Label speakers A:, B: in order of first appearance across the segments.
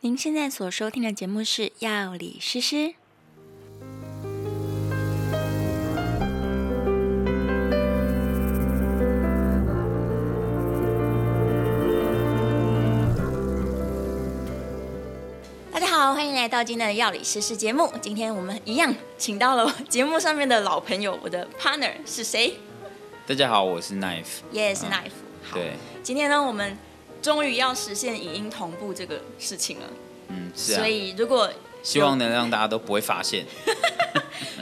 A: 您现在所收听的节目是《药理诗诗》。大家好，欢迎来到今天的药理诗诗节目。今天我们一样请到了我节目上面的老朋友，我的 partner 是谁？
B: 大家好，我是 Knife。
A: 也是
B: 嗯
A: Knife。好，
B: 对，
A: 今天呢，我们终于要实现影音同步这个事情了。
B: 嗯，是啊
A: 所，以如果
B: 希望能让大家都不会发现。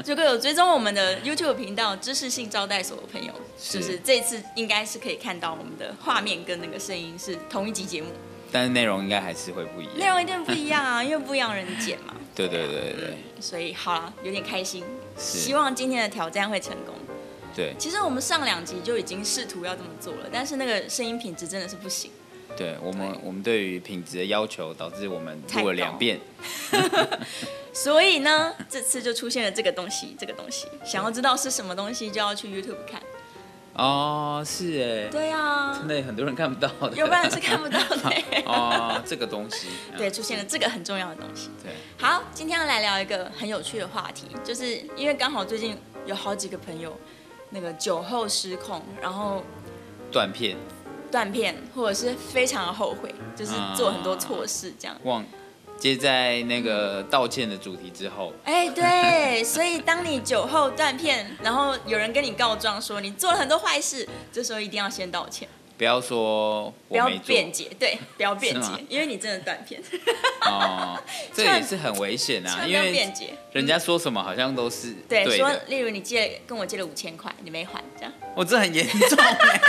A: 如果有追踪我们的 YouTube 频道“知识性招待所”的朋友，
B: 是
A: 就是这次应该是可以看到我们的画面跟那个声音是同一集节目，
B: 但是内容应该还是会不一
A: 内
B: 样。
A: 容一定不一样啊，因为不一样人剪嘛。
B: 对对对对
A: 所以好啦，有点开心，
B: 是
A: 希望今天的挑战会成功。
B: 对
A: 其实我们上两集就已经试图要这么做了，但是那个声音品质真的是不行。
B: 对对，我们我们对于品质的要求，导致我们
A: 太
B: 录
A: 高
B: 了两遍。
A: 所以 呢，这次就出现了这个东西，这个东西，想要知道是什么东西，就要去 YouTube 看。
B: 哦，是哎，
A: 对啊，
B: 真的很多人看不到的。
A: 要不然是看不到的、
B: 哦，这个东西。嗯
A: 对，出现了这个很重要的东西。
B: 对，
A: 好，今天要来聊一个很有趣的话题，就是因为刚好最近有好几个朋友那个酒后失控，然后
B: 断片
A: 断片，或者是非常的后悔，就是做很多错事这样。
B: 忘，接在那个道歉的主题之后，
A: 哎、对，所以当你酒后断片，然后有人跟你告状说你做了很多坏事，这时候一定要先道歉，
B: 不要说
A: 不
B: 我
A: 要
B: 没做
A: 辩解，对，不要辩
B: 是吗
A: 解，因为你真的断片，
B: 哦，这也是很 危险啊，
A: 不
B: 因
A: 要
B: 为
A: 辩解。
B: 人家说什么好像都是
A: 对，
B: 的
A: 说例如你借跟我借了五千块，你没还，这样。
B: 我这很严重哎、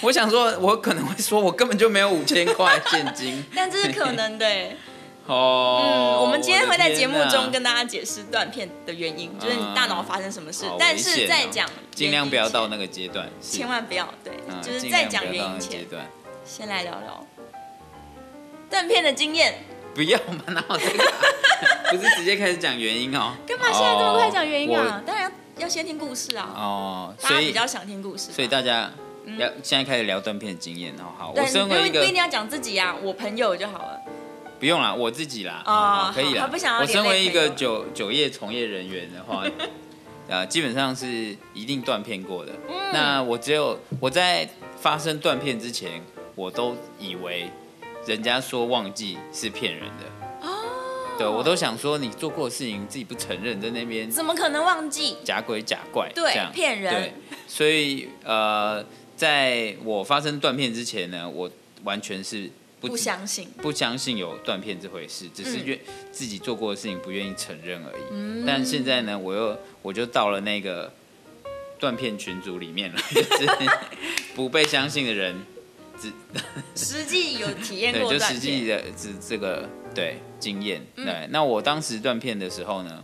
B: 我想说，我可能会说，我根本就没有五千块现金
A: 但这是可能的欸。
B: 哦、
A: 嗯，我们今天会在节目中
B: 我的天
A: 跟大家解释断片的原因，就是你大脑发生什么事
B: 嗯好。
A: 但
B: 危
A: 是
B: 险哦
A: 在讲
B: 哪尽量不要到
A: 原因
B: 那个阶段，是
A: 前，千万不要对，
B: 嗯
A: 就是
B: 尽
A: 在
B: 量不
A: 讲
B: 要
A: 原
B: 到那
A: 因
B: 个阶
A: 前，
B: 段，
A: 先来聊聊断片的经验。
B: 不要嘛，哪有这个啊、不是直接开始讲原因哦？
A: 干嘛现在这么快讲原因
B: 哦
A: 啊？当然要先听故事
B: 我
A: 啊，
B: 哦，
A: 大家
B: 所
A: 比
B: 以
A: 较嗯想听故事吧。
B: 所以大家要、现在开始聊断片的经验哦。好，
A: 对，
B: 我
A: 你
B: 身
A: 不
B: 为一
A: 用不
B: 个
A: 一定要讲自己啊，我朋友就好了。
B: 不用啦，我自己啦，
A: 哦
B: 啊，
A: 好
B: 可以啦。
A: 他不想要
B: 我身为一
A: 连累
B: 个
A: 朋友
B: 酒酒业从业人员的话， 呃，基本上是一定断片过的。
A: 嗯
B: 那我只有我在发生断片之前，我都以为人家说忘记是骗人的，
A: 哦，
B: 对我都想说你做过的事情自己不承认，在那边
A: 怎么可能忘记？
B: 假鬼假怪，
A: 对
B: 这样
A: 骗人
B: 对，所以呃，在我发生断片之前呢，我完全是不
A: 不
B: 知
A: 相信。
B: 不相信有断片这回事，只是
A: 嗯
B: 愿、自己做过的事情不愿意承认而已。但
A: 嗯
B: 现在呢，我又我就到了那个断片群组里面了， 就是不被相信的人，
A: 实际有体验
B: 对，
A: 过
B: 就
A: 断
B: 实际
A: 片，
B: 的这这个对经验。
A: 嗯
B: 对，那我当时断片的时候呢，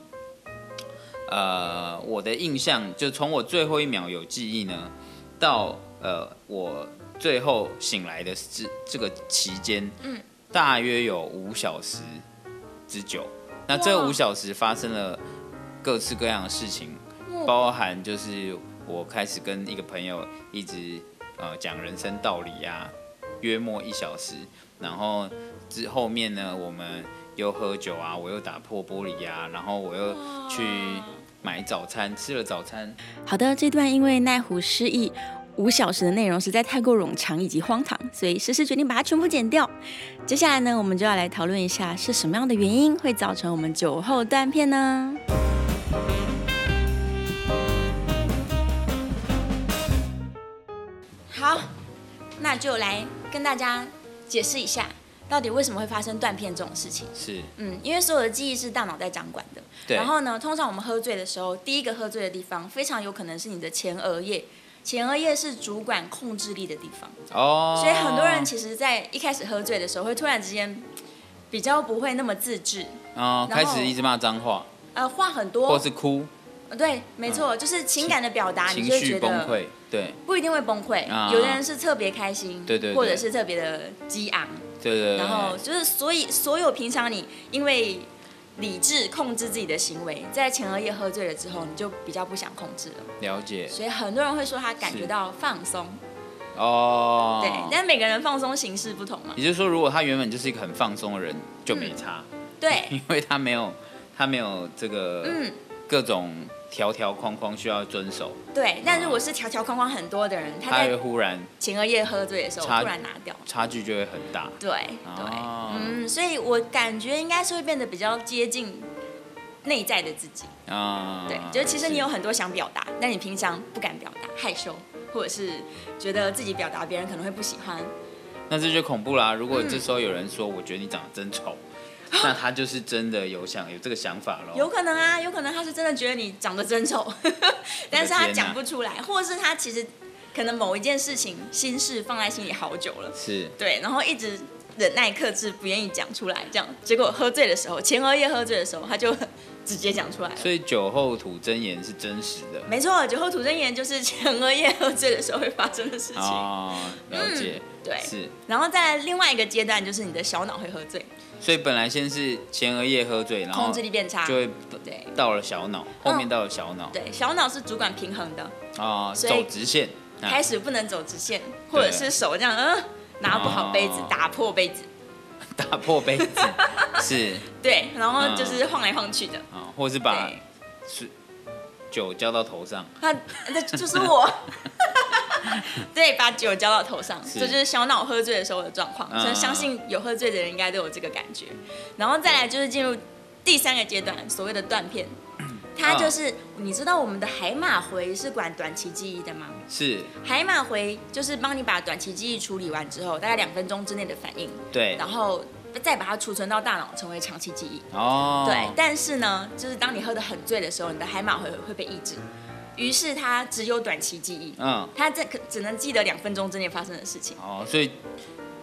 B: 呃，我的印象就从我最后一秒有记忆呢，到呃我最后醒来的这这个期间，
A: 嗯，
B: 大约有五小时之久。那这
A: 哇
B: 五小时发生了各式各样的事情，
A: 嗯
B: 包含就是我开始跟一个朋友一直呃讲人生道理啊，约莫一小时，然后之后面呢，我们又喝酒啊，我又打破玻璃啊，然后我又去买早餐，吃了早餐，
A: 好的，这段因为奈虎失忆，五小时的内容实在太过冗长以及荒唐，所以诗诗决定把它全部剪掉。接下来呢，我们就要来讨论一下是什么样的原因会造成我们酒后断片呢？好，那就来跟大家解释一下，到底为什么会发生断片这种事情。
B: 是
A: 嗯，因为所有的记忆是大脑在掌管的。
B: 对
A: 然后呢，通常我们喝醉的时候，第一个喝醉的地方非常有可能是你的前额叶。前额叶是主管控制力的地方，
B: 哦，
A: 所以很多人其实，在一开始喝醉的时候，会突然之间比较不会那么自制，
B: 哦
A: 然
B: 开
A: 后
B: 始一直骂脏话，
A: 呃，话很
B: 或
A: 多，
B: 是哭，
A: 呃对，没错，就是情感的表达，啊
B: 情
A: 你就会
B: 绪
A: 觉
B: 崩
A: 得
B: 溃，对
A: 不一定会崩溃，
B: 啊
A: 有的人是特别开心，
B: 对对对
A: 或者是特别的激昂，
B: 对对对，
A: 然后就是，所以所有平常你因为理智控制自己的行为，在前额叶喝醉了之后，你就比较不想控制了。
B: 了解，
A: 所以很多人会说他感觉到放松，
B: 哦，
A: 对，但每个人放松形式不同嘛。
B: 也就是说，如果他原本就是一个很放松的人，就没差，
A: 嗯对，
B: 因为他没有他没有这个
A: 嗯，
B: 各种条条框框需要遵守，
A: 对。但如果是条条框框很多的人，他
B: 他会
A: 在
B: 忽然
A: 前额叶喝醉的时候
B: 差
A: 突然拿掉，
B: 差距就会很大。
A: 对对，
B: 哦
A: 嗯，所以我感觉应该是会变得比较接近内在的自己。
B: 啊、
A: 对，就是其实你有
B: 是
A: 很多想表达，但你平常不敢表达，害羞，或者是觉得自己表达别人可能会不喜欢。
B: 那这就恐怖啦。如果
A: 嗯
B: 这时候有人说“我觉得你长得真 丑”，那他就是真的有想有这个想法
A: 有
B: 喽。
A: 可能啊，有可能他是真的觉得你长得真丑， 但是他讲不出来，或者是他其实可能某一件事情心事放在心里好久了，
B: 是
A: 对，然后一直忍耐克制，不愿意讲出来，这样，结果喝醉的时候，前额叶喝醉的时候，他就 直接讲出来了。
B: 所以酒后吐真言是真实的
A: 没错，酒后吐真言就是前额叶喝醉的时候会发生的事情。
B: 哦，了解，
A: 嗯对，
B: 是。
A: 然后再来另外一个阶段就是你的小脑会喝醉，
B: 所以本来先是前额叶喝醉，然后
A: 控制力嗯变差，
B: 就会
A: 对
B: 到了小脑，后面到了小脑
A: 对，小脑是主管平衡的，
B: 啊、
A: 所以
B: 走直线。啊
A: 开始不能走直线，或者是手这样，嗯、拿不好杯子，
B: 哦
A: 打破杯子，
B: 打破杯子，是
A: 对，然后就是晃来晃去的，
B: 啊、或是把
A: 对，
B: 酒浇到头上，
A: 他那就是 我。对，把酒浇到头上，
B: 是
A: 这就是小脑喝醉的时候的状况。
B: 嗯
A: 所以相信有喝醉的人应该都有这个感觉。然后再来就是进入第三个阶段，所谓的断片，
B: 嗯
A: 它就是、你知道我们的海马回是管短期记忆的吗？
B: 是
A: 海马回就是帮你把短期记忆处理完之后，大概两分钟之内的反应，
B: 对
A: 然后再把它储存到大脑成为长期记忆。
B: 哦，
A: 对，但是呢，就是当你喝得很醉的时候，你的海马回会被抑制，于是它只有短期记忆，
B: 嗯，
A: 它这可只能记得两分钟之内发生的事情，
B: 哦，所以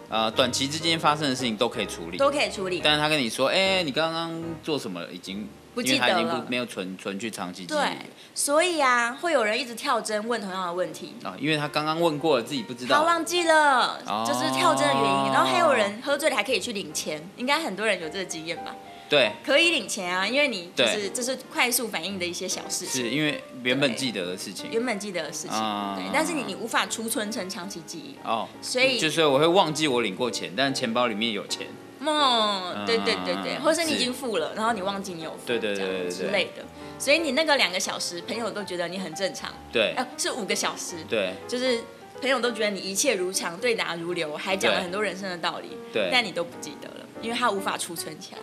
B: 呃，短期之间发生的事情都可以处理，
A: 都可以处理。
B: 但是他跟你说，哎、你刚刚做什么？已经
A: 不
B: 因为
A: 记
B: 他已
A: 得
B: 经
A: 了
B: 不没有存存去长期记忆
A: 对
B: 了，
A: 所以啊，会有人一直跳针问同样的问题，
B: 啊，因为他刚刚问过了，自己不知
A: 他
B: 道。
A: 忘记了，
B: 哦
A: 这是跳针的原因。然后还有人喝醉了还可以去领钱，应该很多人有这个经验吧？
B: 对，
A: 可以领钱啊，因为你就
B: 对
A: 是这是快速反应的一些小事情，
B: 是因为原本
A: 对
B: 记得的事情
A: 原本记得的事情，
B: 啊
A: 对，但是你你无法储存成长期记忆，
B: 哦，
A: 所以
B: 就是我会忘记我领过钱，但钱包里面有钱。
A: 梦，对对对对，
B: 嗯
A: 或是你
B: 是
A: 已经付了，然后你忘记你有付，
B: 对对对
A: 这样
B: 对对
A: 之类的，所以你那个两个小时，朋友都觉得你很正常，
B: 对
A: 哎、是五个小时，
B: 对
A: 就是朋友都觉得你一切如常，对答如流，还讲了
B: 对
A: 很多人生的道理，但
B: 对，
A: 你都不记得了，因为它无法储存起来，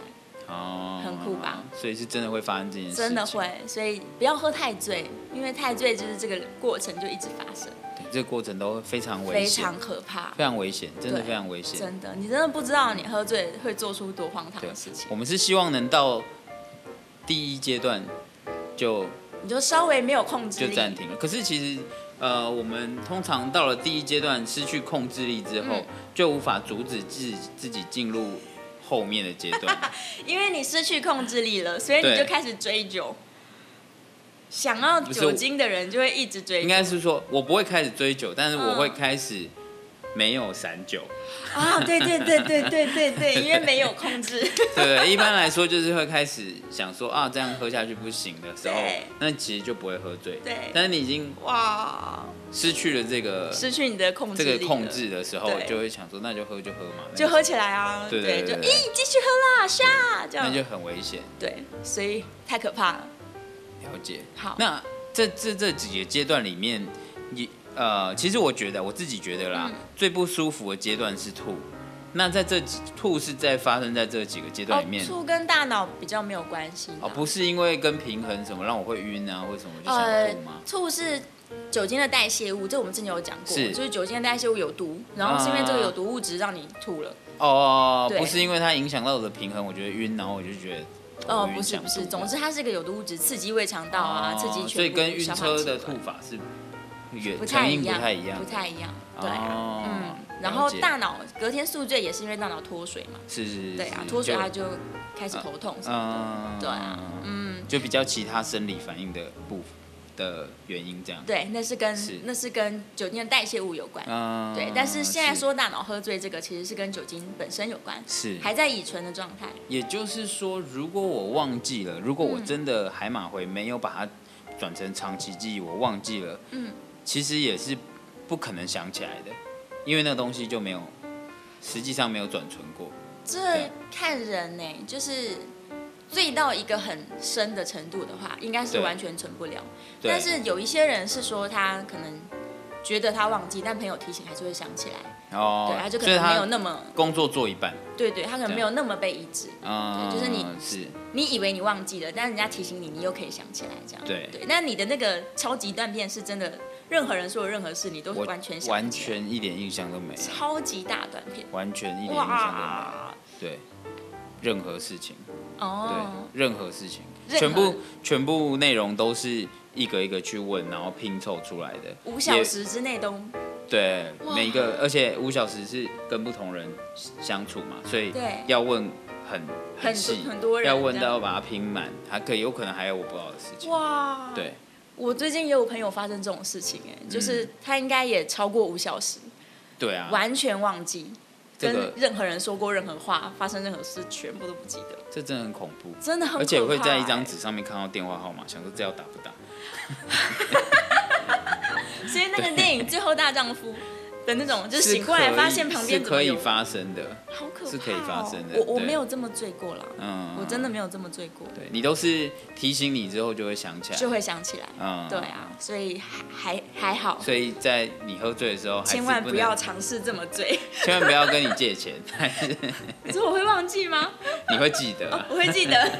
B: 哦
A: 很酷吧？
B: 所以是真的会发生这件事，
A: 真的。会，所以不要喝太醉，因为太醉就是这个过程就一直发生，
B: 对这个过程都非常危
A: 非
B: 险，
A: 常可怕。
B: 非常危险，真的
A: 对
B: 非常危险。
A: 真的，你真的不知道你喝醉会做出多荒唐的事情，
B: 我们是希望能到第一阶段就
A: 你就稍微没有控制
B: 就
A: 力，
B: 暂停了。可是其实，呃，我们通常到了第一阶段失去控制力之后，
A: 嗯
B: 就无法阻止自己自己进入后面的阶 段。
A: 因为你失去控制力了，所以你
B: 对
A: 就开始追酒。想要
B: 不是
A: 酒精的人就会一直追
B: 应
A: 酒
B: 该是说，我不会开始追酒，但是我会
A: 嗯
B: 开始没有散酒。
A: 啊！对对对对对对 对，因为没有控制，
B: 对 不对，一般来说就是会开始想说啊，这样喝下去不行的时候
A: 对，
B: 那其实就不会喝醉。
A: 对
B: 但是你已经
A: 哇，
B: 失去了这个
A: 失去你的控制
B: 这
A: 力
B: 个
A: 了
B: 控制的时候，
A: 对
B: 就会想说那就喝就喝嘛，那
A: 就喝起来啊！
B: 对对
A: 就
B: 对对
A: 咦，继续喝啦，下这
B: 那
A: 样
B: 就很危险。
A: 对，所以太可怕了。
B: 了解。
A: 好，
B: 那这这这几个阶段里面，你呃，其实我觉得我自己觉得啦，
A: 嗯
B: 最不舒服的阶段是吐。那在这几吐是在发生在这几个阶段
A: 哦
B: 里，面。
A: 醋跟大脑比较没有关系
B: 哦，
A: 啦
B: 不是因为跟平衡什么让我会晕啊，或什么就想
A: 呃
B: 吐吗？，
A: 醋是酒精的代谢物，这我们之前有讲过，
B: 是啊
A: 就是酒精的代谢物有毒，然后是因为这个有毒物质让你吐了。
B: 哦，
A: 呃对
B: 不是因为它影响到我的平衡，我觉得晕，然后我就觉得头
A: 哦，
B: 晕
A: 不是
B: 想
A: 不是，
B: 吐
A: 总之它是一个有毒物质，刺激胃肠道啊，
B: 哦
A: 刺激
B: 所以
A: 全部
B: 跟晕
A: 消化
B: 车
A: 器
B: 的
A: 官
B: 吐法是原
A: 不太
B: 成因
A: 一
B: 不
A: 样，
B: 太一样，
A: 不太一样，对啊，
B: 哦
A: 嗯，然
B: 了
A: 后
B: 解
A: 大脑隔天宿醉也是因为大脑脱水嘛，
B: 是是是
A: 对啊，
B: 是
A: 脱水
B: 就啊
A: 它就开始头痛什么，
B: 嗯，
A: 对啊，嗯，
B: 就比较其他生理反应的部分的原因这样，
A: 对，那是跟
B: 是
A: 那是跟酒精的代谢物有关，
B: 嗯，
A: 对，但是现在说大脑喝醉这个其实是跟酒精本身有关，
B: 是，
A: 还在乙醇的状态，
B: 也就是说，如果我忘记了，如果
A: 嗯
B: 我真的海马回没有把它转成长期记忆，我忘记了，
A: 嗯，
B: 其实也是不可能想起来的，因为那个东西就没有，实际上没有转存过。
A: 这看人呢、就是醉到一个很深的程度的话，应该是
B: 对
A: 完全存不了。
B: 对
A: 但是有一些人是说他可能觉得他忘记，但朋友提醒还是会想起来，
B: 哦
A: 对，，他就可
B: 所以
A: 能没
B: 他
A: 有那么，
B: 工作做一半，
A: 对对，他可能
B: 对
A: 没有那么被抑制。
B: 嗯，
A: 对就是你
B: 是
A: 你以为你忘记了，但人家提醒你，你又可以想起来，这样
B: 对
A: 对。那你的那个超级断片是真的，任何人说的任何事，你都
B: 我
A: 完全想
B: 完
A: 不起来
B: 全一点印象都没有，
A: 超级大断片，
B: 完全一点印象都没有。
A: 哇！
B: 对，任何事情，对
A: 哦，，
B: 任何事情，
A: 任何
B: 全部全部内容都是一个一个去问，然后拼凑出来的。
A: 五小时之内都
B: 对
A: 哇，
B: 每一个，而且五小时是跟不同人相处嘛，所以
A: 对
B: 要问很
A: 很
B: 细，
A: 很多人
B: 要问
A: 这样
B: 到把它拼满，还可以有可能还有我不知道的事情。
A: 哇！，
B: 对，嗯
A: 我最近也有朋友发生这种事情，哎，就是他应该也超过五小时，
B: 对啊，
A: 完全忘记
B: 这个
A: 跟任何人说过任何话，发生任何事，全部都不记得，
B: 这真的很恐怖，
A: 真的很可怕。
B: 而且会在一张
A: 哎
B: 纸上面看到电话号码，想说这要打不打？
A: 欸所以那个电影《最后大丈夫》的那种，就是
B: 是
A: 醒过来
B: 可
A: 发
B: 以
A: 现旁
B: 是
A: 边怎么
B: 可以
A: 有，
B: 发生的，
A: 好可怕、哦，
B: 是可以发生的
A: 我我
B: 对
A: 没有这么醉过啦，
B: 嗯，
A: 我真的没有这么醉过，
B: 对你都是提醒你之后就会想起来，
A: 就会想起来。
B: 嗯，
A: 对啊，所以还还还好，
B: 所以在你喝醉的时候，还是
A: 千万
B: 不
A: 不
B: 能
A: 要，尝试这么醉。
B: 千万不要跟你借钱， 还是
A: 你说我会忘记吗？
B: 你会记得啊、
A: 我会记得。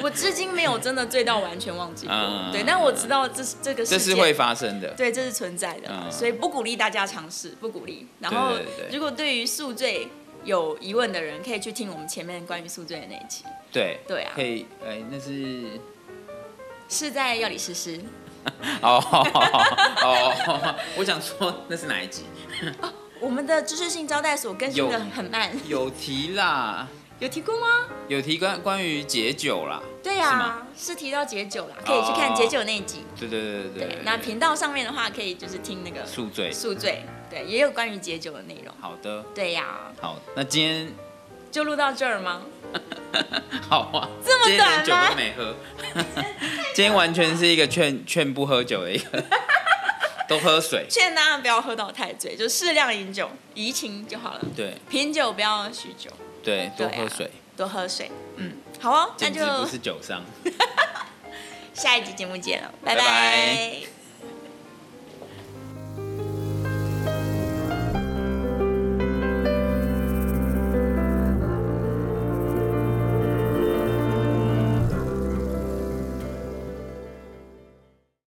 A: 我至今没有真的醉到完全忘记过，
B: 嗯
A: 对，但我知道这这个
B: 这
A: 事
B: 是
A: 件
B: 会发生的。
A: 对，这是存在的，
B: 嗯
A: 所以不鼓励大家尝试，不鼓励。然后，
B: 对对对
A: 如果对于宿醉有疑问的人，可以去听我们前面关于宿醉的那一期，
B: 对
A: 对啊
B: 可以，哎、那是
A: 是在药理实施。
B: 哦哦，我想说那是哪一集？
A: 我们的知识性招待所更新的
B: 有
A: 很慢，
B: 有提啦，
A: 有提过吗？
B: 有提关关于解酒啦。
A: 对呀、
B: 是吗
A: 是提到解酒啦，可以去看解酒那一集。
B: 对对对对
A: 对，那频道上面的话，可以就是听那个
B: 宿醉。
A: 宿醉，对，也有关于解酒的内容。
B: 好的，
A: 对呀、
B: 好，那今天
A: 就录到这儿吗？
B: 好啊，
A: 这么
B: 今天
A: 短
B: 连酒
A: 吗
B: 都没喝， 今天完全是一个劝劝不喝酒的一个，都喝水。
A: 劝大家不要喝到太醉，就适量饮酒，怡情就好了。
B: 对
A: 品酒不要酗酒，
B: 对，多
A: 对啊
B: 喝水，
A: 多喝水。嗯
B: 嗯，
A: 好哦，那
B: 简直
A: 就
B: 不是酒商。
A: 下一集节目见了，拜
B: 拜
A: 拜
B: 拜